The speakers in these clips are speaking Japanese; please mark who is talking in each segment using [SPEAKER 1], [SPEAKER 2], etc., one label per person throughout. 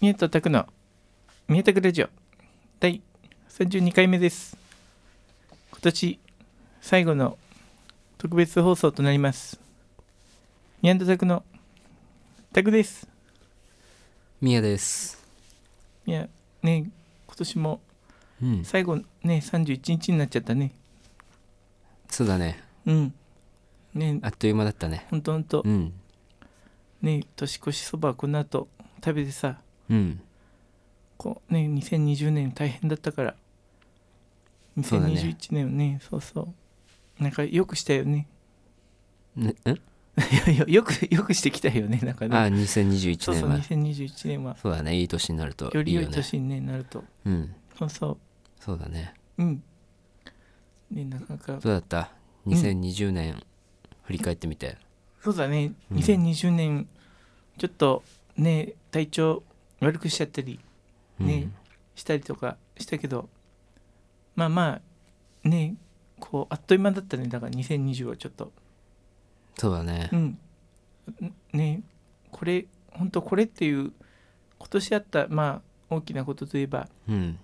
[SPEAKER 1] 宮田拓の宮田ラジオ第32回目です今年最後の特別放送となります宮田拓の拓です
[SPEAKER 2] 宮です。
[SPEAKER 1] いやね今年も
[SPEAKER 2] うん。
[SPEAKER 1] 最後ね31日になっちゃったね
[SPEAKER 2] そうだね。
[SPEAKER 1] うんね
[SPEAKER 2] あっという間だったね。
[SPEAKER 1] ほんとほんと
[SPEAKER 2] うん。
[SPEAKER 1] ね年越しそばこの後食べてさ
[SPEAKER 2] うん。
[SPEAKER 1] こうね2020年大変だったから
[SPEAKER 2] そうだね
[SPEAKER 1] 2021年をねそうそうなんかよくしたよね
[SPEAKER 2] ねん
[SPEAKER 1] いやいや よくよくしてきたよねなんか
[SPEAKER 2] あ、
[SPEAKER 1] ね
[SPEAKER 2] 2021
[SPEAKER 1] そうそう
[SPEAKER 2] 年は。
[SPEAKER 1] 2021年は
[SPEAKER 2] そうだね。いい年になると
[SPEAKER 1] よ
[SPEAKER 2] い
[SPEAKER 1] り
[SPEAKER 2] い
[SPEAKER 1] 良
[SPEAKER 2] よ
[SPEAKER 1] い
[SPEAKER 2] ね。
[SPEAKER 1] 年に、ね、なると
[SPEAKER 2] うん。
[SPEAKER 1] そうそ
[SPEAKER 2] そうだね。
[SPEAKER 1] ううんねなかなか
[SPEAKER 2] どうだった
[SPEAKER 1] ん
[SPEAKER 2] ?2020 年振り返ってみて。
[SPEAKER 1] そうだね
[SPEAKER 2] うん
[SPEAKER 1] 2020年、ちょっとね体調悪くしちゃったり
[SPEAKER 2] うん
[SPEAKER 1] ねしたりとかしたけどまあまあねこうあっという間だったねだから2020はちょっと
[SPEAKER 2] そうだね
[SPEAKER 1] う。ん、ねこれ本当これっていう今年あったまあ大きなことといえば、
[SPEAKER 2] うん。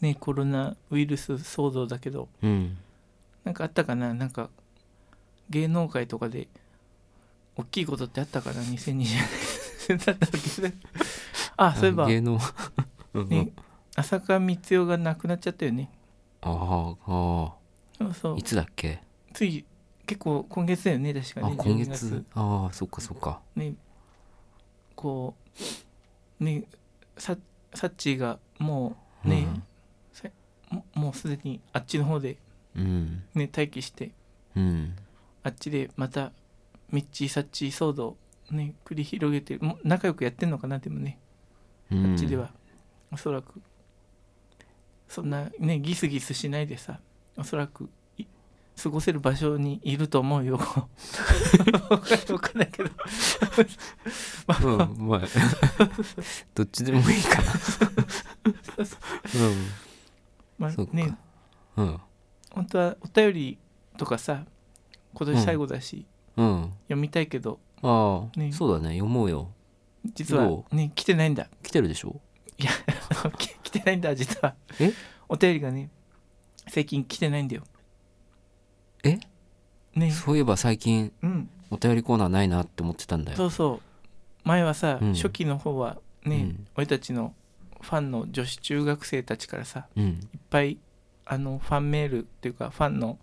[SPEAKER 1] ね、コロナウイルス騒動だけど
[SPEAKER 2] うん。
[SPEAKER 1] なんかあったかななんか芸能界とかで大きいことってあったかな2020年なんだっけあそういえば
[SPEAKER 2] 芸能。うん う
[SPEAKER 1] ね
[SPEAKER 2] ん
[SPEAKER 1] 浅香光代が亡くなっちゃったよね
[SPEAKER 2] ああ、あ
[SPEAKER 1] そうそ
[SPEAKER 2] あ。
[SPEAKER 1] う
[SPEAKER 2] いつだっけ
[SPEAKER 1] つい結構今月だよね確か
[SPEAKER 2] あ、
[SPEAKER 1] ね
[SPEAKER 2] 今
[SPEAKER 1] 12
[SPEAKER 2] 月。ああ、そっかそっか。
[SPEAKER 1] ねこうねササッチーがもうね、ももうすでにあっちの方で
[SPEAKER 2] うん。
[SPEAKER 1] ね待機して
[SPEAKER 2] うん。うん。
[SPEAKER 1] あっちでまたミッチーサッチー騒動をね繰り広げてもう仲良くやってんのかなでもね
[SPEAKER 2] うん
[SPEAKER 1] あっちでは、。おそらくそんなねギスギスしないでさおそらくい過ごせる場所にいると思うよ わかわかんないけど
[SPEAKER 2] うん、まあ、どっちでもいいかな。
[SPEAKER 1] ま
[SPEAKER 2] そうか
[SPEAKER 1] あね
[SPEAKER 2] うん。
[SPEAKER 1] 本当はお便りとかさ今年最後だし、
[SPEAKER 2] うん。うん。
[SPEAKER 1] 読みたいけど
[SPEAKER 2] ああ、
[SPEAKER 1] ね
[SPEAKER 2] そうだね。読もうよ。
[SPEAKER 1] 実は
[SPEAKER 2] ど
[SPEAKER 1] ね来てないんだ
[SPEAKER 2] 来てるでしょ
[SPEAKER 1] 来来てないんだ実は
[SPEAKER 2] え
[SPEAKER 1] お便りがね最近来てないんだよ
[SPEAKER 2] え
[SPEAKER 1] ね
[SPEAKER 2] そういえば最近
[SPEAKER 1] うん
[SPEAKER 2] お便りコーナーないなって思ってたんだよ。
[SPEAKER 1] そうそう前はさ、
[SPEAKER 2] うん
[SPEAKER 1] 初期の方はね、
[SPEAKER 2] うん
[SPEAKER 1] 俺たちのファンの女子中学生たちからさ
[SPEAKER 2] うん。
[SPEAKER 1] いっぱいあのファンメールっていうかファンの、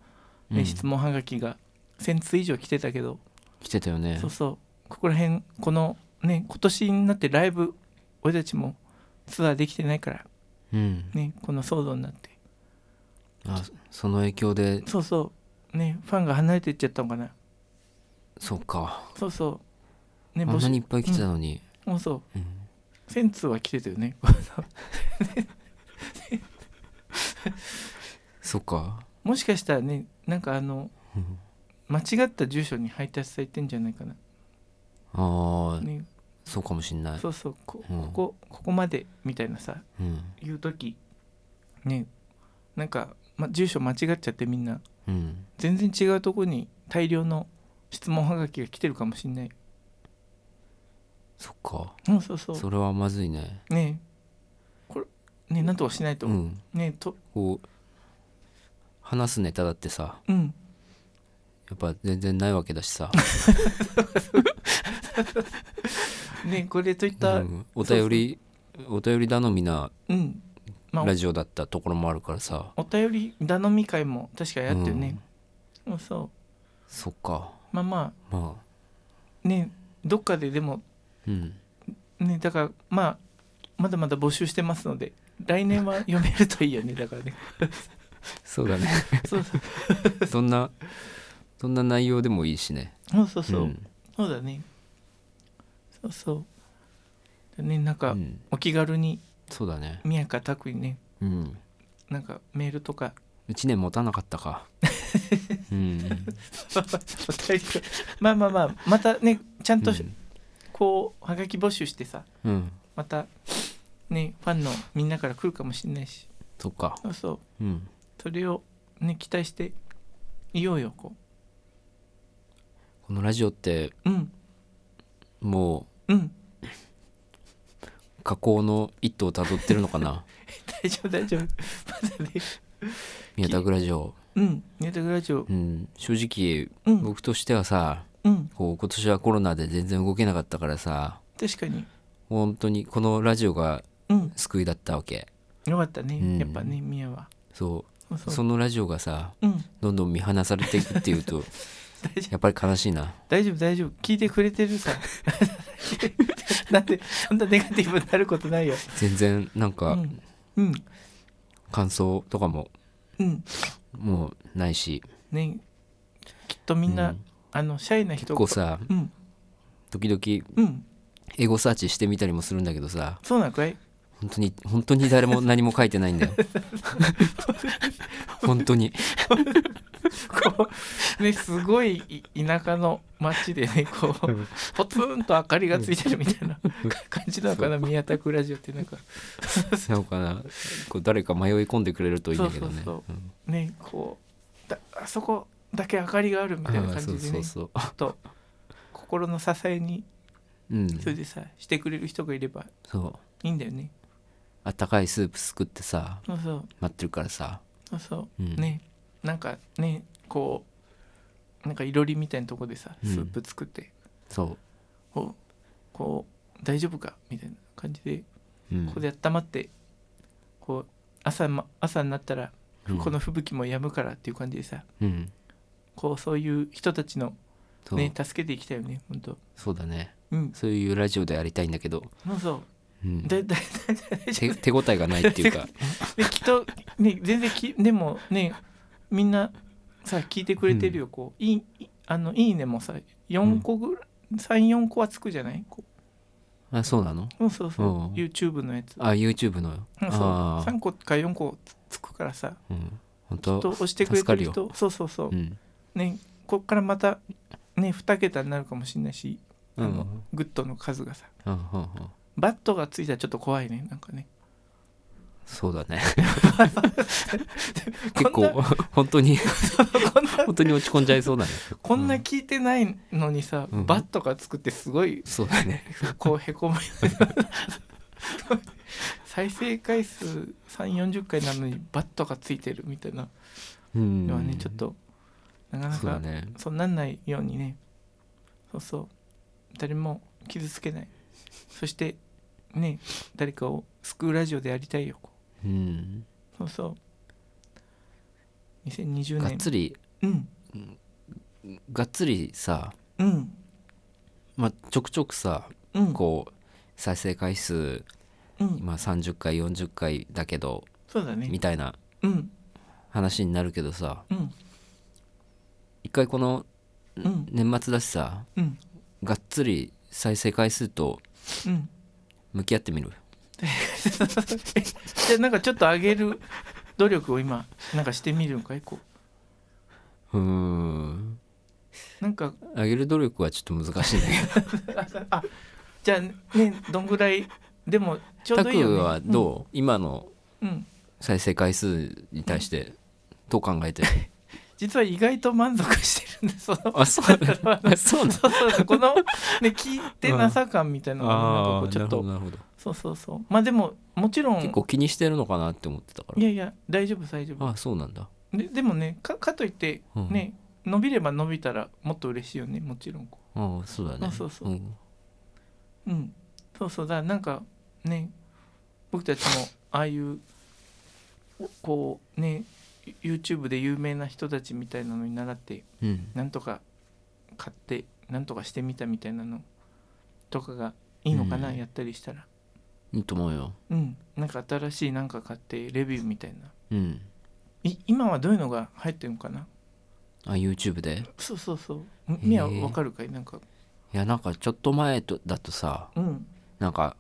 [SPEAKER 1] ね
[SPEAKER 2] うん
[SPEAKER 1] 質問はがきが1,000通以上来てたけど
[SPEAKER 2] 来てたよね
[SPEAKER 1] そう。そうここら辺このね今年になってライブ俺たちもツアーできてないから
[SPEAKER 2] うん。
[SPEAKER 1] ねこの騒動になって
[SPEAKER 2] あ、その影響で、
[SPEAKER 1] そうそうねファンが離れていっちゃったのかな
[SPEAKER 2] そうか。
[SPEAKER 1] そうそう
[SPEAKER 2] あ
[SPEAKER 1] ね
[SPEAKER 2] ん
[SPEAKER 1] 募
[SPEAKER 2] な
[SPEAKER 1] 集
[SPEAKER 2] にいっぱい来てたのに。
[SPEAKER 1] もうそう
[SPEAKER 2] うん。
[SPEAKER 1] センツは来てたよね
[SPEAKER 2] そうか。
[SPEAKER 1] もしかしたらねなんかあの
[SPEAKER 2] うん
[SPEAKER 1] 間違った住所に配達されてんじゃないかな、
[SPEAKER 2] ああ、
[SPEAKER 1] ね、
[SPEAKER 2] そうかもしんない。
[SPEAKER 1] そうそうこ
[SPEAKER 2] うん
[SPEAKER 1] ここここまでみたいなさ
[SPEAKER 2] うん。
[SPEAKER 1] 言う時ねなんか、ま、住所間違っちゃってみんな
[SPEAKER 2] うん。
[SPEAKER 1] 全然違うとこに大量の質問はがきが来てるかもしんない
[SPEAKER 2] そっか。
[SPEAKER 1] うんそうそう
[SPEAKER 2] それはまずいね。
[SPEAKER 1] ねえこれねえなんとかしないと、
[SPEAKER 2] うん。
[SPEAKER 1] ねえと
[SPEAKER 2] こう、話すネタだってさ。
[SPEAKER 1] うん
[SPEAKER 2] やっぱ全然ないわけだ しさ、
[SPEAKER 1] ねえこれといっ
[SPEAKER 2] う
[SPEAKER 1] たうん、
[SPEAKER 2] ん、お便りお便り頼みな
[SPEAKER 1] まあ
[SPEAKER 2] ラジオだったところもあるからさ、
[SPEAKER 1] お便り頼み会も確かやってるね、うん、そう
[SPEAKER 2] そっか
[SPEAKER 1] まあま
[SPEAKER 2] まあ
[SPEAKER 1] あねえどっかででも
[SPEAKER 2] うん
[SPEAKER 1] ねだからまあまだまだ募集してますので来年は読めるといいよねだからね
[SPEAKER 2] そうだね
[SPEAKER 1] そうそう
[SPEAKER 2] そんなそんな内容でもいいしね
[SPEAKER 1] そうそうそう、
[SPEAKER 2] ん
[SPEAKER 1] そうだねそうそうでねなんか、
[SPEAKER 2] うん
[SPEAKER 1] お気軽に
[SPEAKER 2] そうだね
[SPEAKER 1] 宮川拓にね
[SPEAKER 2] うん
[SPEAKER 1] なんかメールとか
[SPEAKER 2] 1年持たなかったかうん
[SPEAKER 1] まあまあまあまたねちゃんと
[SPEAKER 2] うん
[SPEAKER 1] こうはがき募集してさ
[SPEAKER 2] うん
[SPEAKER 1] またねファンのみんなから来るかもしれないし
[SPEAKER 2] そっか
[SPEAKER 1] そうそう
[SPEAKER 2] うん
[SPEAKER 1] それをね期待していようよこ
[SPEAKER 2] このラジオって
[SPEAKER 1] ううん
[SPEAKER 2] も
[SPEAKER 1] うん
[SPEAKER 2] う加工の一途をたどってるの かな
[SPEAKER 1] 大丈夫大丈夫まだね
[SPEAKER 2] 宮田グラジオ、
[SPEAKER 1] うん宮田グラジオ
[SPEAKER 2] うん、正直
[SPEAKER 1] うん
[SPEAKER 2] 僕としてはさ
[SPEAKER 1] うん
[SPEAKER 2] こう今年はコロナで全然動けなかったからさ
[SPEAKER 1] 確かに
[SPEAKER 2] 本当にこのラジオが
[SPEAKER 1] うん
[SPEAKER 2] 救いだったわけ
[SPEAKER 1] よかったね、
[SPEAKER 2] うん
[SPEAKER 1] やっぱね宮は
[SPEAKER 2] そ
[SPEAKER 1] そう
[SPEAKER 2] う
[SPEAKER 1] そう
[SPEAKER 2] そのラジオがさ
[SPEAKER 1] うん
[SPEAKER 2] どんどん見放されていくってい うと
[SPEAKER 1] 大丈
[SPEAKER 2] やっぱり悲しいな
[SPEAKER 1] 大丈夫大丈夫聞いてくれてる さなんでそんなネガティブになることないよ
[SPEAKER 2] 全然なん
[SPEAKER 1] う
[SPEAKER 2] か
[SPEAKER 1] んうん
[SPEAKER 2] 感想とかも
[SPEAKER 1] うん
[SPEAKER 2] もうないし、
[SPEAKER 1] ねきっとみんな、
[SPEAKER 2] うん
[SPEAKER 1] あのシャイな人
[SPEAKER 2] 結構さ
[SPEAKER 1] うん
[SPEAKER 2] 時々
[SPEAKER 1] うん
[SPEAKER 2] エゴサーチしてみたりもするんだけどさ
[SPEAKER 1] そうなんかい
[SPEAKER 2] 本当に本当に誰も何も書いてないんだよ本当に
[SPEAKER 1] こうねすごいい田舎の町でねこうポツンと明かりがついてるみたい な感じなのかな宮田区ラジオってなんか
[SPEAKER 2] そうかなこう誰か迷い込んでくれるといいんだけどね
[SPEAKER 1] そう
[SPEAKER 2] うん
[SPEAKER 1] ねこうだあそこだけ明かりがあるみたいな
[SPEAKER 2] ああ
[SPEAKER 1] 感
[SPEAKER 2] そう
[SPEAKER 1] じで
[SPEAKER 2] そ
[SPEAKER 1] ね
[SPEAKER 2] うそう
[SPEAKER 1] ちょっと心の支えに
[SPEAKER 2] うん
[SPEAKER 1] それでさしてくれる人がいれば
[SPEAKER 2] そう
[SPEAKER 1] いいんだよね
[SPEAKER 2] あったかいスープ作ってさ
[SPEAKER 1] そうそう
[SPEAKER 2] 待ってるからさ、
[SPEAKER 1] そうそう
[SPEAKER 2] うん、
[SPEAKER 1] ねなんかねこうなんかいろりみたいなとこでさ
[SPEAKER 2] う
[SPEAKER 1] ス
[SPEAKER 2] ん
[SPEAKER 1] ープ作って、
[SPEAKER 2] そ
[SPEAKER 1] こうこう大丈夫かみたいな感じで
[SPEAKER 2] う、うん、
[SPEAKER 1] ここで温まってこう朝,、ま、朝になったら
[SPEAKER 2] うん
[SPEAKER 1] この吹雪も止むからっていう感じでさ
[SPEAKER 2] うん
[SPEAKER 1] こうそういう人たちの、
[SPEAKER 2] そう,、
[SPEAKER 1] ね、助けていきたいよね本当
[SPEAKER 2] そうだね
[SPEAKER 1] うん
[SPEAKER 2] そういうラジオでやりたいんだけど、
[SPEAKER 1] そうそう
[SPEAKER 2] うん、
[SPEAKER 1] だだ
[SPEAKER 2] 手手応えがないっていうか
[SPEAKER 1] できっと、ね、全然きでもねみんなさ聞いてくれてるよ、こういいいあのいいねもさ4個ぐらい、34個はつくじゃないこ
[SPEAKER 2] あそうなの
[SPEAKER 1] ううんそうそう、
[SPEAKER 2] うん
[SPEAKER 1] YouTube のやつ、
[SPEAKER 2] あ YouTube の
[SPEAKER 1] うん、そう
[SPEAKER 2] ああ
[SPEAKER 1] 3個か4個つつくからさ
[SPEAKER 2] うん本
[SPEAKER 1] きっと
[SPEAKER 2] 当
[SPEAKER 1] 押してくれてる
[SPEAKER 2] 助か
[SPEAKER 1] 人そうそうそう、
[SPEAKER 2] うん
[SPEAKER 1] ねこっからまたね2桁になるかもしれないし、
[SPEAKER 2] うん
[SPEAKER 1] あ
[SPEAKER 2] うんう
[SPEAKER 1] の
[SPEAKER 2] ん
[SPEAKER 1] グッドの数がさ
[SPEAKER 2] うんうん
[SPEAKER 1] バットがついたらちょっと怖いねなんか ね
[SPEAKER 2] そうだね
[SPEAKER 1] こん
[SPEAKER 2] 結
[SPEAKER 1] な
[SPEAKER 2] 構本当に
[SPEAKER 1] こんな
[SPEAKER 2] 本当に落ち込んじゃいそうだね
[SPEAKER 1] こんな
[SPEAKER 2] うん
[SPEAKER 1] 聞いてないのにさ、
[SPEAKER 2] うん
[SPEAKER 1] バットがつくってすごい
[SPEAKER 2] そうだね
[SPEAKER 1] こうへこむ再生回数340回なのにバットがついてるみたいな
[SPEAKER 2] うん
[SPEAKER 1] のはね、ちょっとなかな
[SPEAKER 2] そうだ
[SPEAKER 1] か
[SPEAKER 2] ね
[SPEAKER 1] そうなんないようにねそうそう誰も傷つけないそしてね誰かを救うラジオでやりたいよ
[SPEAKER 2] うん
[SPEAKER 1] そうそう2020
[SPEAKER 2] がっ
[SPEAKER 1] 年
[SPEAKER 2] つり
[SPEAKER 1] うん
[SPEAKER 2] がっつりさ
[SPEAKER 1] うん
[SPEAKER 2] まあちょくちょくさ
[SPEAKER 1] うん
[SPEAKER 2] こう再生回数
[SPEAKER 1] うん
[SPEAKER 2] まあ30回40回だけど
[SPEAKER 1] そうだね
[SPEAKER 2] みたいな
[SPEAKER 1] うん
[SPEAKER 2] 話になるけどさ
[SPEAKER 1] うん
[SPEAKER 2] 一回この
[SPEAKER 1] うん
[SPEAKER 2] 年末だしさ
[SPEAKER 1] うん
[SPEAKER 2] がっつり再生回数と
[SPEAKER 1] うん
[SPEAKER 2] 向き合ってみる
[SPEAKER 1] じゃあなんかちょっと上げる努力を今なんかしてみるのかいこ
[SPEAKER 2] うーん
[SPEAKER 1] うなんか
[SPEAKER 2] 上げる努力はちょっと難しいんだけ ど
[SPEAKER 1] あじゃあねどんぐらいでもちょう
[SPEAKER 2] タ
[SPEAKER 1] どいいよ、ね、
[SPEAKER 2] クはどう、今の
[SPEAKER 1] うん、うん
[SPEAKER 2] 再生回数に対してどう考えてる
[SPEAKER 1] 実は意外と満足してるんでその
[SPEAKER 2] あそうな
[SPEAKER 1] だから
[SPEAKER 2] のあ そうなの
[SPEAKER 1] そうそうそうこの、ね、聞いてなさ感みたいなのがねなんかこ
[SPEAKER 2] あ
[SPEAKER 1] う
[SPEAKER 2] ー
[SPEAKER 1] ちょっと
[SPEAKER 2] なるほどなるほど
[SPEAKER 1] そうそうそうまあでももちろん
[SPEAKER 2] 結構気にしてるのかなって思ってたか
[SPEAKER 1] いやいや大丈夫大丈
[SPEAKER 2] ら
[SPEAKER 1] 夫
[SPEAKER 2] あそうなんだ
[SPEAKER 1] ででもねかかといって
[SPEAKER 2] うん
[SPEAKER 1] ね、伸びれば伸びたらもっと嬉しいよねもちろんこう
[SPEAKER 2] ああそうだね
[SPEAKER 1] あそうそうんうん、そうそうだからなんかね僕たちもああいうこうね YouTube で有名な人たちみたいなのに習って
[SPEAKER 2] うん
[SPEAKER 1] なんとか買ってなんとかしてみたみたいなのとかがいいのかな、
[SPEAKER 2] うん
[SPEAKER 1] やったりしたら
[SPEAKER 2] いいと思うよ
[SPEAKER 1] うんなんか新しいなんか買ってレビューみたいな
[SPEAKER 2] うん
[SPEAKER 1] い今はどういうのが入ってるのかな
[SPEAKER 2] あ YouTube で
[SPEAKER 1] そうそうそうみみや
[SPEAKER 2] へえ
[SPEAKER 1] わかるかいなんか
[SPEAKER 2] いやなんかちょっと前とだとさ
[SPEAKER 1] うん
[SPEAKER 2] なんか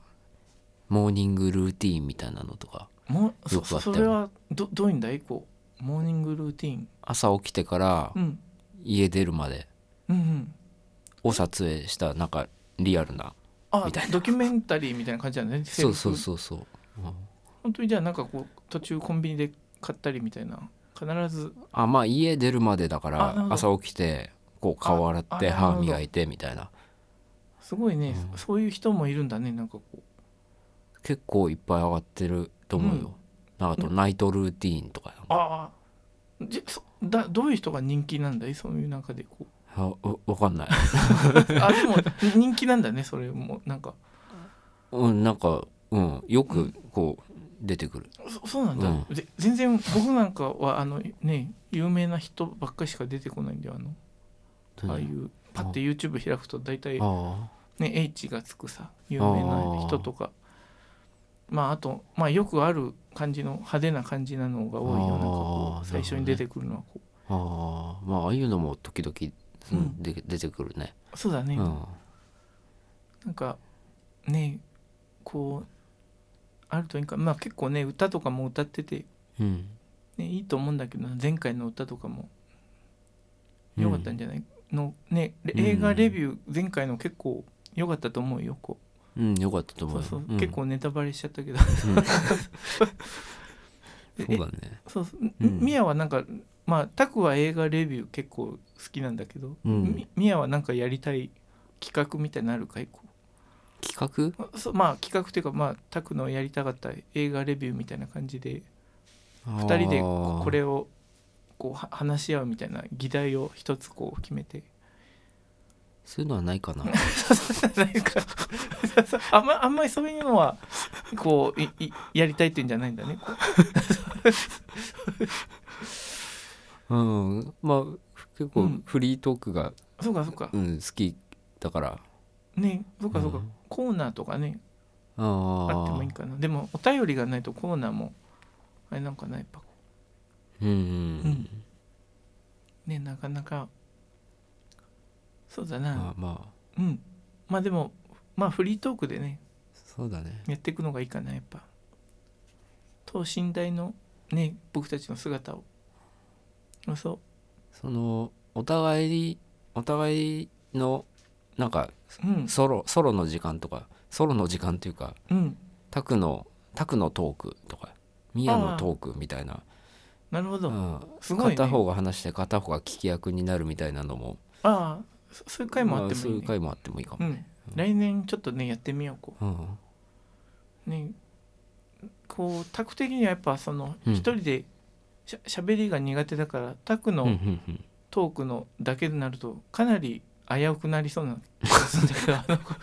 [SPEAKER 2] モーニングルーティーンみたいなのとか
[SPEAKER 1] もう
[SPEAKER 2] よ
[SPEAKER 1] そ
[SPEAKER 2] くあった
[SPEAKER 1] そ
[SPEAKER 2] よ
[SPEAKER 1] れはどどういうんだいこうモーニングルーティーン
[SPEAKER 2] 朝起きてから
[SPEAKER 1] うん
[SPEAKER 2] 家出るまで
[SPEAKER 1] うんうん
[SPEAKER 2] を撮影したなんかリアルな
[SPEAKER 1] あ
[SPEAKER 2] みたい
[SPEAKER 1] ドキュメンタリーみたいな感じなんだね制
[SPEAKER 2] そう
[SPEAKER 1] 服
[SPEAKER 2] そうそうそう、うん
[SPEAKER 1] 本当にじゃあなんかこう途中コンビニで買ったりみたいな必ず
[SPEAKER 2] あまあ家出るまでだか
[SPEAKER 1] あなる
[SPEAKER 2] ら
[SPEAKER 1] ほど
[SPEAKER 2] 朝起きてこう顔洗っ
[SPEAKER 1] ああな
[SPEAKER 2] て
[SPEAKER 1] るほど
[SPEAKER 2] 歯磨いてみたいな
[SPEAKER 1] すごいね、
[SPEAKER 2] うん
[SPEAKER 1] そういう人もいるんだねなんかこう
[SPEAKER 2] 結構いっぱい上がってると思うよ、なんかあとナイトルーティーンとか
[SPEAKER 1] ああじそだどういう人が人気なんだいそういう中でこう
[SPEAKER 2] あわわかんない
[SPEAKER 1] あでも 人気なんだねそれもなんか
[SPEAKER 2] うんなんかうんよくこう出てくる
[SPEAKER 1] そそうなんだ、
[SPEAKER 2] う
[SPEAKER 1] ぜ全然僕なんかはあのね有名な人ばっかりしか出てこないんだよあの、ああいうパッて YouTube 開くと大体
[SPEAKER 2] あ
[SPEAKER 1] ね H がつくさ有名な人とかまああとまあよくある感じの派手な感じなのが多いよなんかこ
[SPEAKER 2] あー
[SPEAKER 1] う最初に出てくるのはこ
[SPEAKER 2] あああまあああいうのも時々、うん
[SPEAKER 1] うん
[SPEAKER 2] で出てくるね、
[SPEAKER 1] うそうだ
[SPEAKER 2] う
[SPEAKER 1] ね、
[SPEAKER 2] ん
[SPEAKER 1] なんかねこうあるといいかまあ結構ね歌とかも歌ってて、
[SPEAKER 2] うん、
[SPEAKER 1] ね、いいと思うんだけどな前回の歌とかも良かったんじゃない、のねレ
[SPEAKER 2] うん
[SPEAKER 1] 映画レビュー前回の結構良かったと思うよこ
[SPEAKER 2] うん、よかったと
[SPEAKER 1] う
[SPEAKER 2] 思う
[SPEAKER 1] そう
[SPEAKER 2] よ
[SPEAKER 1] そう、
[SPEAKER 2] ん
[SPEAKER 1] 結構ネタバレしちゃったけど
[SPEAKER 2] うんそうだね
[SPEAKER 1] そうそう
[SPEAKER 2] うん
[SPEAKER 1] ミヤはなんかまあタクは映画レビュー結構好きなんだけど、
[SPEAKER 2] うん
[SPEAKER 1] みミヤはなんかやりたい企画みたいなのあるかいこ
[SPEAKER 2] 企
[SPEAKER 1] うそうまあ企画っていうかまあタクのやりたかった映画レビューみたいな感じで
[SPEAKER 2] 画
[SPEAKER 1] 2人で
[SPEAKER 2] あ
[SPEAKER 1] こ
[SPEAKER 2] ー
[SPEAKER 1] これをこうは話し合うみたいな議題を一つこう決めて
[SPEAKER 2] そういうのはないかな
[SPEAKER 1] なんか あんまあんまりそういうのはこういいやりたいってんじゃないんだねこう
[SPEAKER 2] うんまあ結
[SPEAKER 1] う
[SPEAKER 2] 構
[SPEAKER 1] ん
[SPEAKER 2] フリートークが、
[SPEAKER 1] そうかそうか
[SPEAKER 2] うん好きだから
[SPEAKER 1] ねそうかそうか、
[SPEAKER 2] うん
[SPEAKER 1] コーナーとかね
[SPEAKER 2] あ
[SPEAKER 1] あってもいい
[SPEAKER 2] ー
[SPEAKER 1] かなでもお便りがないとコーナーもあれなんかないぱ
[SPEAKER 2] うんうん
[SPEAKER 1] ねなかなかそうだ
[SPEAKER 2] ま
[SPEAKER 1] な
[SPEAKER 2] あまあ
[SPEAKER 1] うんまあでもまあフリートークでね
[SPEAKER 2] そうだね
[SPEAKER 1] やっていくのがいいかなやっぱ等身大のね僕たちの姿をそう
[SPEAKER 2] そのお互いお互いのなんか
[SPEAKER 1] うん
[SPEAKER 2] ソロソロの時間とかソロの時間というか
[SPEAKER 1] うん
[SPEAKER 2] タクのタクのトークとかミヤのトークみたいな、
[SPEAKER 1] なるほ
[SPEAKER 2] う
[SPEAKER 1] どあ
[SPEAKER 2] ん、
[SPEAKER 1] すごいね
[SPEAKER 2] 片方が話して片方が聞き役になるみたいなのも
[SPEAKER 1] あそそういう回もあっても
[SPEAKER 2] まあそう
[SPEAKER 1] い
[SPEAKER 2] い
[SPEAKER 1] いうね
[SPEAKER 2] 回もあってもいいか
[SPEAKER 1] う
[SPEAKER 2] もね、
[SPEAKER 1] ん来年ちょっとねやってみようこ
[SPEAKER 2] うん
[SPEAKER 1] うねこうタク的にはやっぱその
[SPEAKER 2] うん
[SPEAKER 1] 一人でしゃしゃべりが苦手だからタクの、
[SPEAKER 2] うんうんうん
[SPEAKER 1] トークのだけになるとかなり危うくなり そうな気がするんだけどあのこ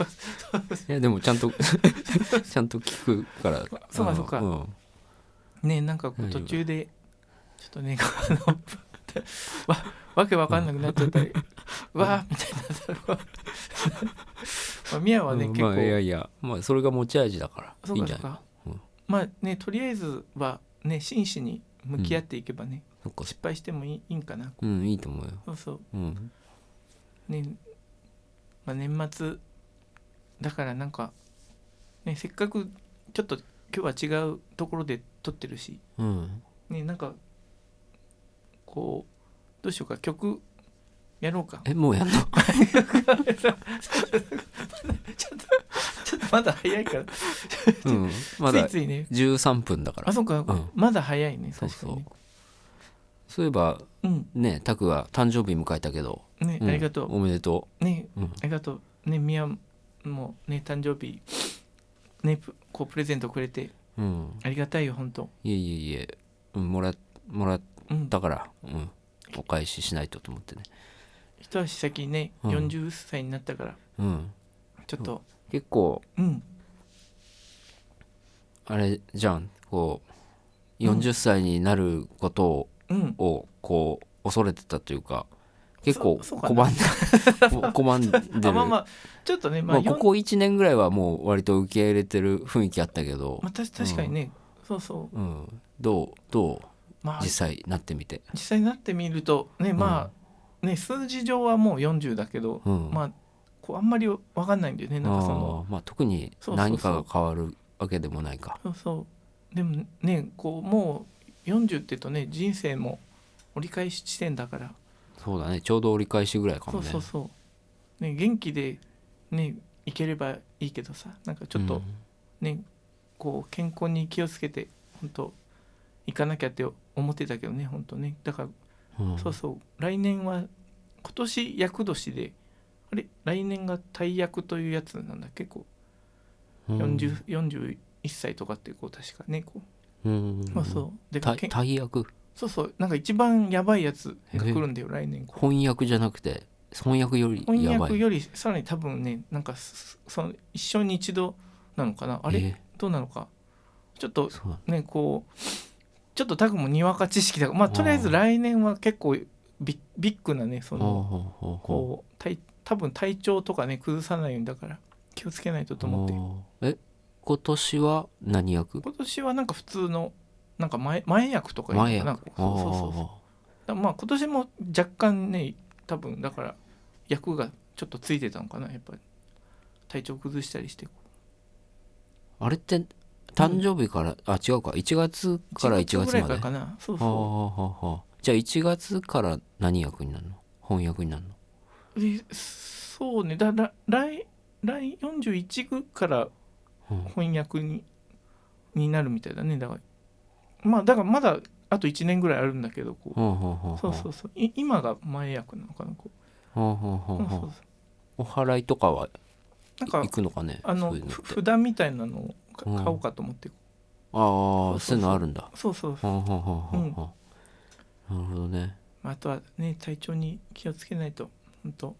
[SPEAKER 1] う
[SPEAKER 2] いやでもちゃんと ちゃんと聞くから
[SPEAKER 1] そうかそうか
[SPEAKER 2] ん
[SPEAKER 1] ねなんかこう
[SPEAKER 2] 大丈
[SPEAKER 1] 途
[SPEAKER 2] 夫
[SPEAKER 1] 中でちょっとねあの わわけわかんなくなっちゃったり、わーみたいになったらこうまあミヤはね、
[SPEAKER 2] うん
[SPEAKER 1] 結構、
[SPEAKER 2] まあいやいやまあそれが持ち味だから
[SPEAKER 1] そ
[SPEAKER 2] いういん
[SPEAKER 1] か
[SPEAKER 2] じ
[SPEAKER 1] そう
[SPEAKER 2] ゃない
[SPEAKER 1] か
[SPEAKER 2] うん
[SPEAKER 1] まあねとりあえずはね真摯に向き合っていけばね、
[SPEAKER 2] そっか
[SPEAKER 1] 失敗してもいいいいんかな
[SPEAKER 2] うんいいと思うよ
[SPEAKER 1] そうそう
[SPEAKER 2] うん
[SPEAKER 1] ねまあ、年末だからなんか、ね、せっかくちょっと今日は違うところで撮ってるし、
[SPEAKER 2] うん
[SPEAKER 1] ね、なんかこうどうしようか曲やろうか
[SPEAKER 2] えもうやんの
[SPEAKER 1] ちょっとちょっとまだ早いから、
[SPEAKER 2] うん まだ
[SPEAKER 1] ついついね
[SPEAKER 2] 13分だから
[SPEAKER 1] あそうか、
[SPEAKER 2] うん
[SPEAKER 1] まだ早いね
[SPEAKER 2] そう
[SPEAKER 1] 確か
[SPEAKER 2] そ
[SPEAKER 1] に
[SPEAKER 2] う
[SPEAKER 1] ね
[SPEAKER 2] そういえば
[SPEAKER 1] うん
[SPEAKER 2] ねタクが誕生日迎えたけど、
[SPEAKER 1] ね、
[SPEAKER 2] うん
[SPEAKER 1] ありがとう
[SPEAKER 2] おめでと
[SPEAKER 1] ね、
[SPEAKER 2] うん
[SPEAKER 1] ありがとうねみやもね誕生日ねプこうプレゼントくれて
[SPEAKER 2] ううん
[SPEAKER 1] ありがたいよ本当
[SPEAKER 2] いえいえいえ、うん、もらもらっ
[SPEAKER 1] うん
[SPEAKER 2] たから、うん、お返ししないとと思ってね
[SPEAKER 1] 一足先にね、
[SPEAKER 2] うん
[SPEAKER 1] 40歳になったから
[SPEAKER 2] うん
[SPEAKER 1] ちょっと
[SPEAKER 2] 結構
[SPEAKER 1] うん
[SPEAKER 2] あれじゃんこう
[SPEAKER 1] うん
[SPEAKER 2] 40歳になることを
[SPEAKER 1] うん
[SPEAKER 2] をこう恐れてたというか結構
[SPEAKER 1] そそうか
[SPEAKER 2] 拒
[SPEAKER 1] なん
[SPEAKER 2] だ拒んで
[SPEAKER 1] あ
[SPEAKER 2] る
[SPEAKER 1] まあまあちょっとねまあ、
[SPEAKER 2] まあこ
[SPEAKER 1] よん
[SPEAKER 2] こ1年ぐらいはもう割と受け入れてる雰囲気あったけど
[SPEAKER 1] まあ、たし確かにね、そうそう
[SPEAKER 2] うんどうど
[SPEAKER 1] ま
[SPEAKER 2] う
[SPEAKER 1] あ
[SPEAKER 2] 実
[SPEAKER 1] 実
[SPEAKER 2] 際なってみて
[SPEAKER 1] 際になってみるとねまあ、ね数字上はもう40だけど、
[SPEAKER 2] うん
[SPEAKER 1] まあこうあんまり分かんないんだよね
[SPEAKER 2] あ
[SPEAKER 1] なんかその
[SPEAKER 2] ーまあ特に何かが変わるわけでもないか
[SPEAKER 1] そうそうでもねこうもう40って言うとね人生も折り返し地点だから
[SPEAKER 2] そうだねちょうど折り返しぐらいか
[SPEAKER 1] そ
[SPEAKER 2] も
[SPEAKER 1] う
[SPEAKER 2] ね
[SPEAKER 1] そうそう、ね、元気でねいければいいけどさなんかちょっと、ね、こう健康に気をつけて本当行かなきゃって思ってたけどね本当ねだから、
[SPEAKER 2] うんうん
[SPEAKER 1] そうそう来年は今年厄年であれ来年が大役というやつなんだ結構
[SPEAKER 2] うん
[SPEAKER 1] 4041 1歳とかってこう確か猫、
[SPEAKER 2] うん
[SPEAKER 1] まあそうで
[SPEAKER 2] た
[SPEAKER 1] けん
[SPEAKER 2] 大役
[SPEAKER 1] そうそうなんか一番やばいやつが来るんだよ来年
[SPEAKER 2] 翻訳じゃなくて翻訳より
[SPEAKER 1] 翻
[SPEAKER 2] やば
[SPEAKER 1] 訳
[SPEAKER 2] い
[SPEAKER 1] よりさらに多分ねなんかすその一生に一度なのかなあれ、
[SPEAKER 2] え
[SPEAKER 1] どうなのかちょっと
[SPEAKER 2] ーそうなん
[SPEAKER 1] ねこうちょっとタグもにわか知識だがまあとりあえず来年は結構ビビッグなねそ
[SPEAKER 2] ほう
[SPEAKER 1] の
[SPEAKER 2] ほうほうほ
[SPEAKER 1] こう体多分体調とかね崩さないようにだから気をつけないと
[SPEAKER 2] う
[SPEAKER 1] と思って
[SPEAKER 2] あーえ今年は何役
[SPEAKER 1] 今年はなんか普通のなんか前前役とかいうのか
[SPEAKER 2] 前役
[SPEAKER 1] なんかそうそうそうそうだまあ今年も若干ね多分だから役がちょっとついてたのかなやっぱり体調崩したりして
[SPEAKER 2] あーあれって誕生日から、あ違うか1月から1
[SPEAKER 1] ぐ
[SPEAKER 2] 月
[SPEAKER 1] らい
[SPEAKER 2] ま
[SPEAKER 1] か
[SPEAKER 2] で
[SPEAKER 1] らかなそう
[SPEAKER 2] はあ
[SPEAKER 1] そ
[SPEAKER 2] はあはあじゃあ1月から何役になるの翻訳になるの
[SPEAKER 1] うでそうねだら来来41ぐから
[SPEAKER 2] うん
[SPEAKER 1] 翻訳にになるみたいだねだからまあだからまだあと1年ぐらいあるんだけどこう
[SPEAKER 2] ほうほうほう
[SPEAKER 1] そ
[SPEAKER 2] ほう
[SPEAKER 1] うそうそうい今が前役なのかなこ
[SPEAKER 2] ほうほうほ
[SPEAKER 1] う
[SPEAKER 2] う
[SPEAKER 1] そう
[SPEAKER 2] ほ
[SPEAKER 1] そうう
[SPEAKER 2] お祓いとかは
[SPEAKER 1] なん
[SPEAKER 2] 行
[SPEAKER 1] か
[SPEAKER 2] くのかね
[SPEAKER 1] あの
[SPEAKER 2] そういうのっ
[SPEAKER 1] ふ
[SPEAKER 2] て
[SPEAKER 1] 札みたいなのをか
[SPEAKER 2] うん
[SPEAKER 1] 買おうかと思って
[SPEAKER 2] あ
[SPEAKER 1] そうそうそう
[SPEAKER 2] あそういうのあるんだ
[SPEAKER 1] そうそうそう
[SPEAKER 2] ほうほうほうほうほうなるほどね
[SPEAKER 1] まああとはね体調に気をつけないと本当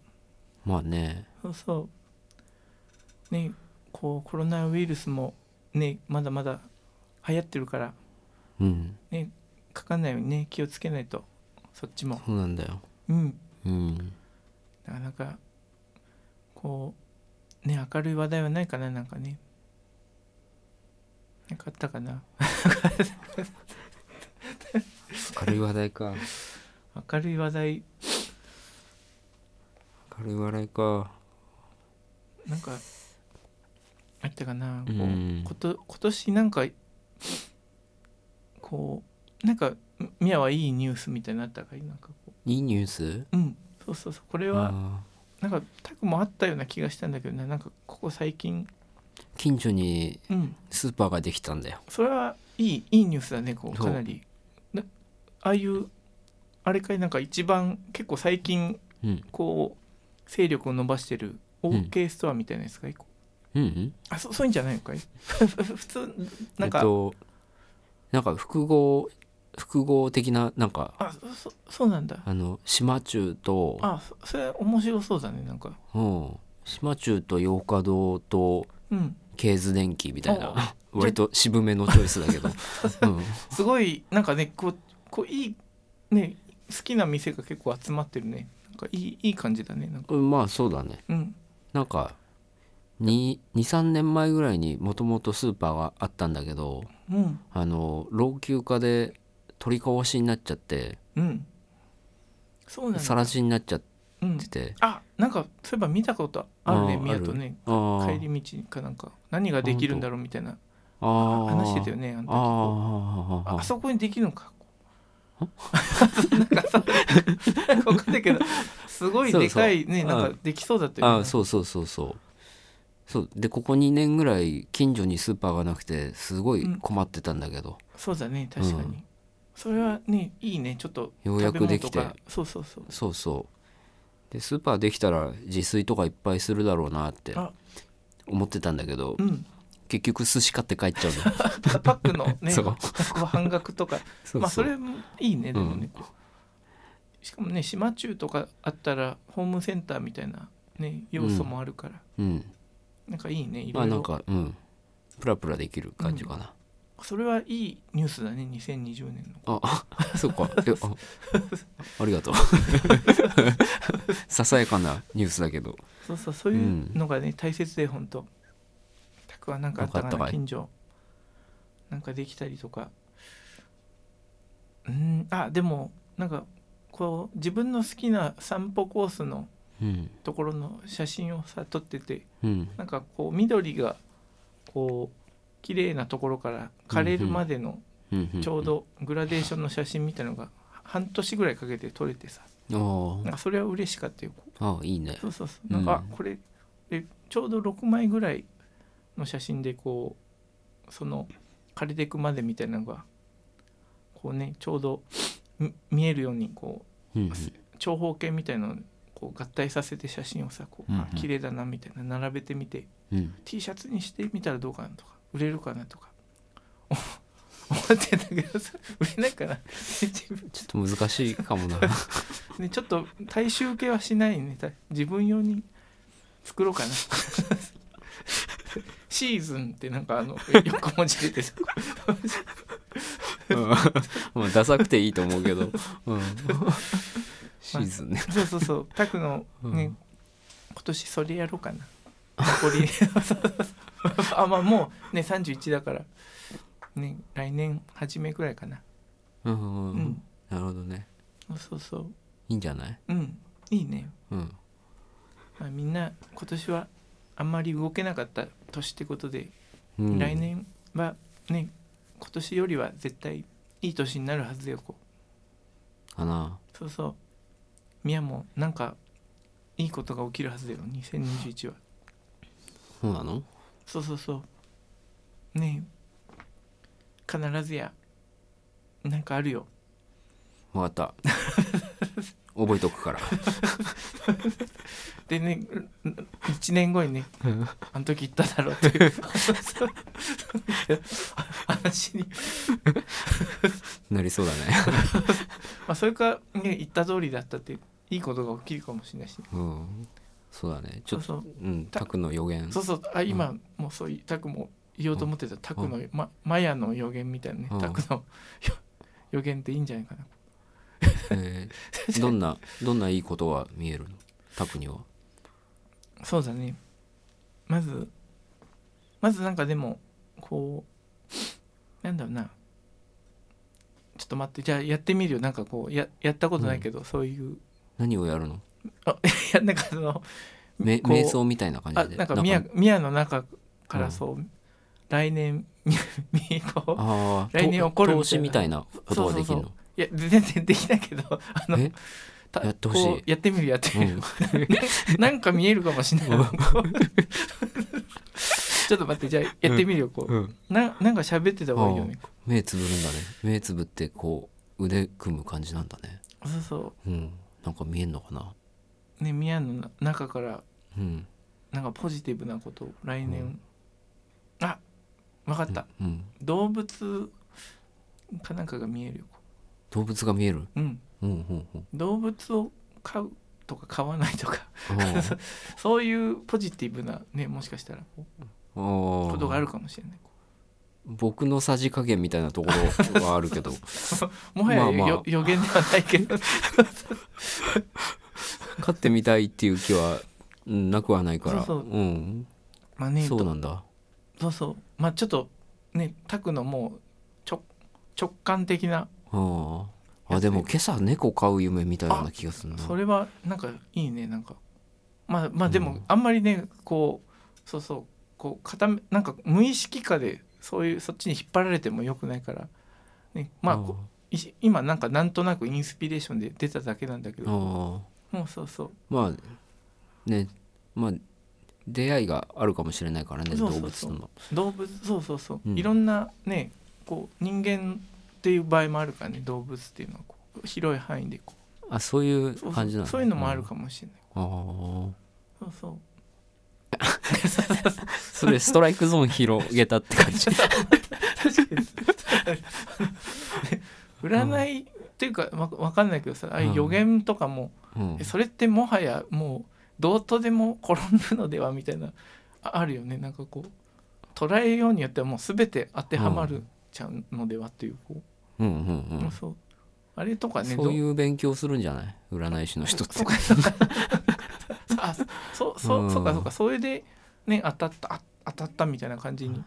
[SPEAKER 2] まあね
[SPEAKER 1] そうそうねこうコロナウイルスもねまだまだ流行ってるから
[SPEAKER 2] うん
[SPEAKER 1] かかんないようにね気をつけないとそっちも
[SPEAKER 2] そうなんだよ
[SPEAKER 1] うん
[SPEAKER 2] うん
[SPEAKER 1] なかなかこうね明るい話題はないかななんかねなんかあったかな
[SPEAKER 2] 軽い話題か
[SPEAKER 1] 明るい話題
[SPEAKER 2] 軽い話題か
[SPEAKER 1] なんかあったかなこう、
[SPEAKER 2] うん
[SPEAKER 1] こと今年なんかこうなんかみやはいいニュースみたいになのあったかいなんかこ
[SPEAKER 2] いいニュース
[SPEAKER 1] ううんそうそうそうこれは
[SPEAKER 2] あー
[SPEAKER 1] なんかタクもあったような気がしたんだけどななんかここ最近
[SPEAKER 2] 近所に
[SPEAKER 1] うん
[SPEAKER 2] スーパーができたんだよ
[SPEAKER 1] それはいいいいニュースだねこう
[SPEAKER 2] そう
[SPEAKER 1] かなりなああいうあれかいなんか一番結構最近
[SPEAKER 2] うん
[SPEAKER 1] こう勢力を伸ばしてる OK ストアみたいなやつが一個、
[SPEAKER 2] うんうん
[SPEAKER 1] あそそういうんじゃないのかい 普通なんか、
[SPEAKER 2] えっとなんか複合複合的ななんか
[SPEAKER 1] あそそうなんだ
[SPEAKER 2] あの島中と
[SPEAKER 1] あそそれ面白そうだねなんか
[SPEAKER 2] うん島中と洋華堂と
[SPEAKER 1] うん
[SPEAKER 2] ケーズ電機みたい
[SPEAKER 1] おう
[SPEAKER 2] な 割と渋めのチョイスだ けど、うん、
[SPEAKER 1] すごいなんかねこうこういいね好きな店が結構集まってるねなんかいいいい感じだねなんか
[SPEAKER 2] うんまあそうだね
[SPEAKER 1] うん
[SPEAKER 2] なんか23年前ぐらいにもともとスーパーがあったんだけど
[SPEAKER 1] うん
[SPEAKER 2] あの老朽化で取り壊しになっちゃって
[SPEAKER 1] うんそうなんだ
[SPEAKER 2] 更地になっちゃっ
[SPEAKER 1] うん
[SPEAKER 2] てて、
[SPEAKER 1] あなんかそういえば見たことあるね
[SPEAKER 2] あー
[SPEAKER 1] 宮とね
[SPEAKER 2] あー
[SPEAKER 1] 帰り道かなんか何ができるんだろうみたいなあ
[SPEAKER 2] あー
[SPEAKER 1] 話してたよねあの時こ
[SPEAKER 2] あーあ
[SPEAKER 1] う
[SPEAKER 2] ーあ
[SPEAKER 1] あ
[SPEAKER 2] ー
[SPEAKER 1] あそこにできるのか なんかさなんか分かんないけどすごいでかいね
[SPEAKER 2] そうそう
[SPEAKER 1] なんかできそうだったよね
[SPEAKER 2] ああそうそうそうそうそうでここ2年ぐらい近所にスーパーがなくてすごい困ってたんだけど、
[SPEAKER 1] そうだね確かに、
[SPEAKER 2] うん
[SPEAKER 1] それはねいいねちょっと
[SPEAKER 2] ようやくできて
[SPEAKER 1] 食べ物とかそうそうそう
[SPEAKER 2] そうそうでスーパーできたら自炊とかいっぱいするだろうなって
[SPEAKER 1] あ
[SPEAKER 2] 思ってたんだけど
[SPEAKER 1] うん
[SPEAKER 2] 結局寿司買って帰っちゃうん だよ
[SPEAKER 1] パックのね
[SPEAKER 2] そう
[SPEAKER 1] 半額とか
[SPEAKER 2] そうそう
[SPEAKER 1] まあそれもいいねでもね、
[SPEAKER 2] うん
[SPEAKER 1] しかもね島中とかあったらホームセンターみたいなね要素もあるから、
[SPEAKER 2] うん
[SPEAKER 1] なんかいいねい
[SPEAKER 2] ま
[SPEAKER 1] ろ
[SPEAKER 2] あ
[SPEAKER 1] い
[SPEAKER 2] なん
[SPEAKER 1] ろ
[SPEAKER 2] かうんプラプラできる感じかな、
[SPEAKER 1] それはいいニュースだね2020年の
[SPEAKER 2] あ あそうかえあありがとうささやかなニュースだけど
[SPEAKER 1] そうそうそういうのがね、大切で本当たくはなんかあったか
[SPEAKER 2] なん
[SPEAKER 1] な
[SPEAKER 2] かあったかい
[SPEAKER 1] 近所なんかできたりとかうんあでもなんかこう自分の好きな散歩コースの
[SPEAKER 2] うん
[SPEAKER 1] ところの写真をさ撮ってて
[SPEAKER 2] うん
[SPEAKER 1] なんかこう緑がこう綺麗なところから枯れるまでの
[SPEAKER 2] うんうん
[SPEAKER 1] ちょうどグラデーションの写真みたいのが半年ぐらいかけて撮れてさなん
[SPEAKER 2] あ
[SPEAKER 1] かそれは嬉しかったよ
[SPEAKER 2] ああいいね
[SPEAKER 1] そうそうそう
[SPEAKER 2] う
[SPEAKER 1] な
[SPEAKER 2] ん
[SPEAKER 1] んかあこれでちょうど6枚ぐらいの写真でこうその枯れていくまでみたいなのがこうねちょうどみ見えるようにこ
[SPEAKER 2] うんうん
[SPEAKER 1] う長方形みたいなのをこう合体させて写真をさこうあ
[SPEAKER 2] うんうん
[SPEAKER 1] 綺麗だなみたいな並べてみて
[SPEAKER 2] うん
[SPEAKER 1] T シャツにしてみたらどうかなとか売れるかなとか お思ってたけどさ売れないかな
[SPEAKER 2] ちょっと難しいか もな
[SPEAKER 1] ねちょっと大衆受けはしないねた自分用に作ろうかな シーズンってなんかあ の横文字出てさ
[SPEAKER 2] うんまあダサくていいと思うけど、うん、 シーズンね
[SPEAKER 1] そうそうそうタクのね、
[SPEAKER 2] うん
[SPEAKER 1] 今年それやろうかな残り あまあもうね31だからね来年初めぐらいかな
[SPEAKER 2] うんうん
[SPEAKER 1] う
[SPEAKER 2] うんん、なるほどね
[SPEAKER 1] そうそう
[SPEAKER 2] いいんじゃない
[SPEAKER 1] うんいいね、
[SPEAKER 2] うん
[SPEAKER 1] まあ、みんな今年はあんまり動けなかった年ってことで、
[SPEAKER 2] うん
[SPEAKER 1] 来年はね今年よりは絶対いい年になるはずだよこう
[SPEAKER 2] かな
[SPEAKER 1] そうそうみやもなんかいいことが起きるはずだよ2021は
[SPEAKER 2] そうなの
[SPEAKER 1] そうそうそうねえ必ずやなんかあるよ
[SPEAKER 2] わかった覚えとくから
[SPEAKER 1] でね1年後に ねあの時言っただろうっていう 話に
[SPEAKER 2] なりそうだね
[SPEAKER 1] まあそれかね言った通りだったっていいことが起きるかもしれないし、ね、
[SPEAKER 2] うんそうだね
[SPEAKER 1] そ
[SPEAKER 2] ち
[SPEAKER 1] う
[SPEAKER 2] ょっと
[SPEAKER 1] そう
[SPEAKER 2] うんタクの予言
[SPEAKER 1] そうそうあ今、もうそういタクも言おうと思ってた、タクの、ま、マヤの予言みたいなね、
[SPEAKER 2] うん
[SPEAKER 1] タクの予予言っていいんじゃないかな
[SPEAKER 2] えーどんなどんないいことが見えるのタクには
[SPEAKER 1] そうだねまずまずなんかでもこうなんだろうなちょっと待ってじゃあやってみるよなんかこうややったことないけど、そういう
[SPEAKER 2] 何をやるの
[SPEAKER 1] あいやなんかその
[SPEAKER 2] め
[SPEAKER 1] こう
[SPEAKER 2] 瞑想みたいな感
[SPEAKER 1] あ
[SPEAKER 2] じで
[SPEAKER 1] なんか宮宮の中からそう、来年 みみこ
[SPEAKER 2] あー
[SPEAKER 1] 来年起こる
[SPEAKER 2] 投資みたいなことができる
[SPEAKER 1] そ
[SPEAKER 2] の
[SPEAKER 1] ういや全然できないけどあの
[SPEAKER 2] え
[SPEAKER 1] た
[SPEAKER 2] やってほしい
[SPEAKER 1] こうやってみるやってみる、
[SPEAKER 2] うん
[SPEAKER 1] なんか見えるかもしれない、
[SPEAKER 2] うん
[SPEAKER 1] ちょっと待ってじゃあやってみるよこう、
[SPEAKER 2] うん
[SPEAKER 1] ななんか喋ってた方がいいよね
[SPEAKER 2] 目つぶるんだね目つぶってこう腕組む感じなんだね
[SPEAKER 1] そうそ
[SPEAKER 2] うんなんか見えんのかな
[SPEAKER 1] うね宮のな中から
[SPEAKER 2] うん
[SPEAKER 1] なんかポジティブなことを来年、あわかった、
[SPEAKER 2] うん
[SPEAKER 1] 動物かなんかが見えるよこ
[SPEAKER 2] 動物が見える
[SPEAKER 1] ううん
[SPEAKER 2] うんうん うん
[SPEAKER 1] 動物を飼うとか飼わないとか
[SPEAKER 2] あー
[SPEAKER 1] そういうポジティブなねもしかしたらこう
[SPEAKER 2] あー
[SPEAKER 1] ことがあるかもしれない
[SPEAKER 2] 僕のさじ加減みたいなところはあるけ ど
[SPEAKER 1] もはやよ、
[SPEAKER 2] まあまあ
[SPEAKER 1] 予言ではないけ ど
[SPEAKER 2] 飼ってみたいっていう気はうんなくはないから
[SPEAKER 1] そうそうんまあね
[SPEAKER 2] そうなんだ
[SPEAKER 1] そうそうまあちょっとねタクのもうちょ直感的な
[SPEAKER 2] あああでも今朝猫飼う夢みたいな気がするな
[SPEAKER 1] それはなんかいいねなんかまあまあで
[SPEAKER 2] う
[SPEAKER 1] も
[SPEAKER 2] ん
[SPEAKER 1] あんまりねこうそうそうこう固めなんか無意識化でそういうそっちに引っ張られてもよくないから、ね、まあこいし今なんかなんとなくインスピレーションで出ただけなんだけ
[SPEAKER 2] あ
[SPEAKER 1] ど
[SPEAKER 2] ー
[SPEAKER 1] もうそうそう
[SPEAKER 2] まあねまあ出会いがあるかもしれないからね
[SPEAKER 1] そ
[SPEAKER 2] 動
[SPEAKER 1] うそうそ
[SPEAKER 2] 物と
[SPEAKER 1] う
[SPEAKER 2] の
[SPEAKER 1] 動物そうそうそう、
[SPEAKER 2] うん
[SPEAKER 1] いろんなねこう人間っていう場合もあるからね動物っていうのはこう広い範囲でこう
[SPEAKER 2] あそういう
[SPEAKER 1] そうそ
[SPEAKER 2] 感
[SPEAKER 1] う
[SPEAKER 2] じなの
[SPEAKER 1] そういうのもあるかもしれない、
[SPEAKER 2] あー
[SPEAKER 1] そうそう
[SPEAKER 2] それストライクゾーン広げたって 感じ
[SPEAKER 1] 確かに占いっていうかわわかんないけどさああいう予言とかも、
[SPEAKER 2] うん
[SPEAKER 1] えそれってもはやもうどうとでも転んだのではみたいなああるよねなんかこう捉えようによってはもう全て当てはまるちゃうのではっていうこ
[SPEAKER 2] うんう
[SPEAKER 1] う、
[SPEAKER 2] んうん
[SPEAKER 1] そうあれとかね
[SPEAKER 2] そういうう勉強するんじゃない占い師の人って
[SPEAKER 1] そうかそうかあそそそうかそうかそれでね当たったあ当たったみたいな感じに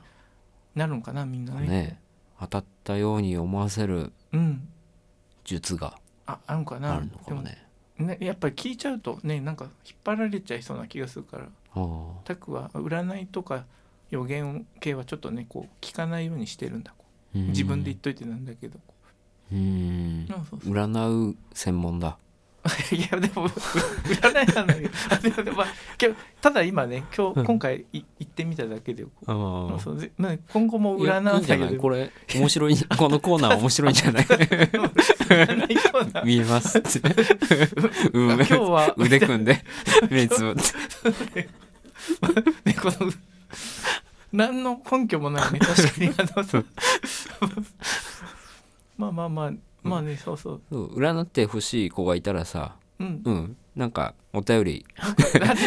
[SPEAKER 1] なるのかなみんなね
[SPEAKER 2] ね当たったように思わせる
[SPEAKER 1] うん
[SPEAKER 2] 術が
[SPEAKER 1] ああるのかな
[SPEAKER 2] あるのかもね
[SPEAKER 1] ね、やっぱり聞いちゃうとねなんか引っ張られちゃいそうな気がするから
[SPEAKER 2] あ
[SPEAKER 1] タクは占いとか予言系はちょっとねこう聞かないようにしてるんだこ
[SPEAKER 2] ーう
[SPEAKER 1] うん自分で言っといてなんだけど、
[SPEAKER 2] う
[SPEAKER 1] う
[SPEAKER 2] ん
[SPEAKER 1] んそうそう
[SPEAKER 2] 占う専門だ
[SPEAKER 1] いやでも 占いなんだけどあでもでもまあ今日ただ今ね今
[SPEAKER 2] うん
[SPEAKER 1] 日今回い行ってみただけでこ
[SPEAKER 2] あ
[SPEAKER 1] う
[SPEAKER 2] あ
[SPEAKER 1] そうぜまあ今後も
[SPEAKER 2] いや
[SPEAKER 1] 占わ
[SPEAKER 2] いいんじゃ
[SPEAKER 1] な
[SPEAKER 2] ない
[SPEAKER 1] い
[SPEAKER 2] これ面白いこのコーナー面白いんじゃない
[SPEAKER 1] 占いコーナー
[SPEAKER 2] 見えますって うん
[SPEAKER 1] 今日 は
[SPEAKER 2] 腕組んで目つぶって
[SPEAKER 1] ねこの 何の根拠も ないね確かにあのそう まあまあまあまあね、そうそう
[SPEAKER 2] そう占ってほしい子がいたらさ
[SPEAKER 1] うん
[SPEAKER 2] うんなんかお便り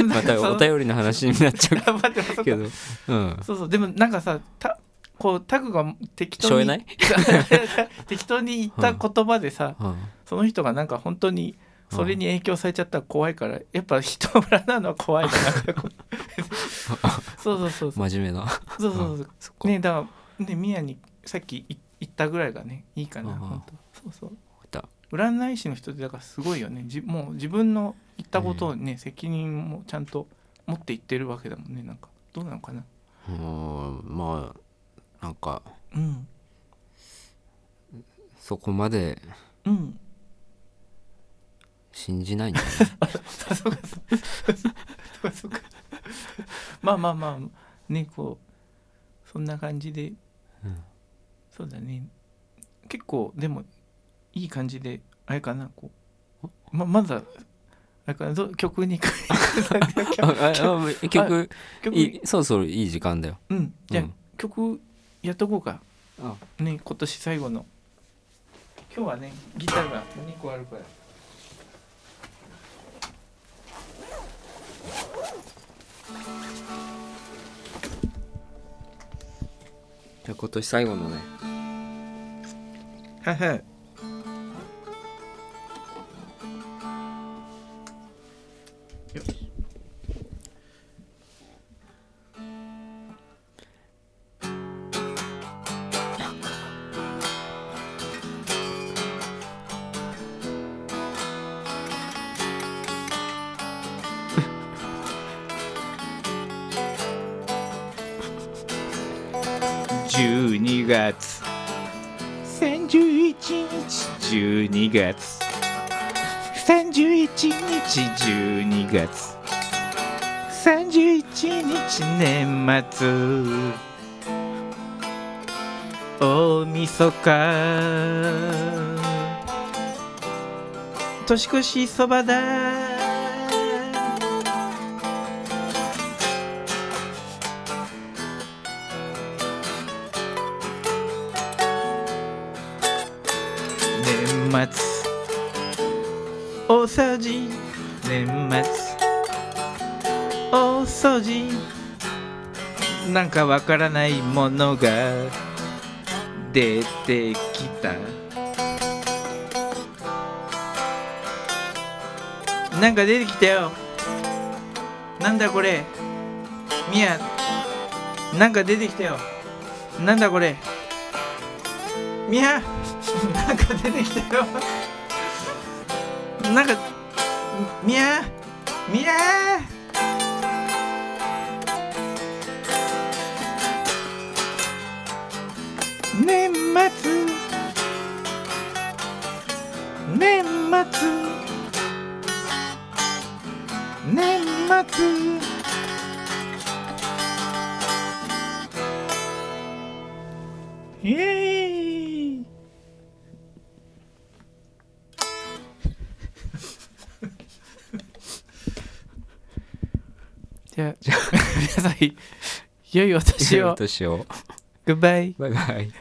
[SPEAKER 1] ま
[SPEAKER 2] またお便りの話になっちゃ
[SPEAKER 1] り待ってそうっ
[SPEAKER 2] け
[SPEAKER 1] か
[SPEAKER 2] どうん
[SPEAKER 1] そうそうでもなんかさたこうタグが適当
[SPEAKER 2] しょえ
[SPEAKER 1] に
[SPEAKER 2] ない
[SPEAKER 1] 適当に言った言葉でさ、
[SPEAKER 2] うん
[SPEAKER 1] その人がなんか本当にそれに影響されちゃったら怖いから、やっぱ人を占うのは怖いななん かこうそうそうそうそう
[SPEAKER 2] 真面目 な
[SPEAKER 1] そうそうそう
[SPEAKER 2] そっか
[SPEAKER 1] ねだからね宮にさっきい言ったぐらいがねいいかな
[SPEAKER 2] うんうん
[SPEAKER 1] 本当そうそう
[SPEAKER 2] た
[SPEAKER 1] 占い師の人ってだからすごいよねじもう自分の言ったことをね、責任もちゃんと持って言ってるわけだもんねなんかどうなのかな
[SPEAKER 2] うんまあなんか
[SPEAKER 1] うん
[SPEAKER 2] そこまで
[SPEAKER 1] うん
[SPEAKER 2] 信じないんだね
[SPEAKER 1] あそうかそうかそうかそうかまあまあまあねこうそんな感じで、
[SPEAKER 2] うん
[SPEAKER 1] そうだね結構でもいい感じであれかなこうままずはあれかなど曲に変え
[SPEAKER 2] あああ曲
[SPEAKER 1] 曲
[SPEAKER 2] いいそろそろいい時間だよ
[SPEAKER 1] うんじゃあ、
[SPEAKER 2] うん
[SPEAKER 1] 曲やっとこうか
[SPEAKER 2] あ
[SPEAKER 1] ね今年最後の今日はねギターが2個あるから
[SPEAKER 2] じゃあ今年最後のね
[SPEAKER 1] はいはい。よ し12月31日12月31日12月31日年末大晦日年越しそばだ年末大掃除年末大掃除なんかわからないものが出てきたなんか出てきたよなんだこれみやなんか出てきたよなんだこれみやなんか出てきたよなんかみやみや年末年末年末イエーイじゃあ、皆さん、良いお年を。
[SPEAKER 2] 年を
[SPEAKER 1] Goodbye.
[SPEAKER 2] バイバイ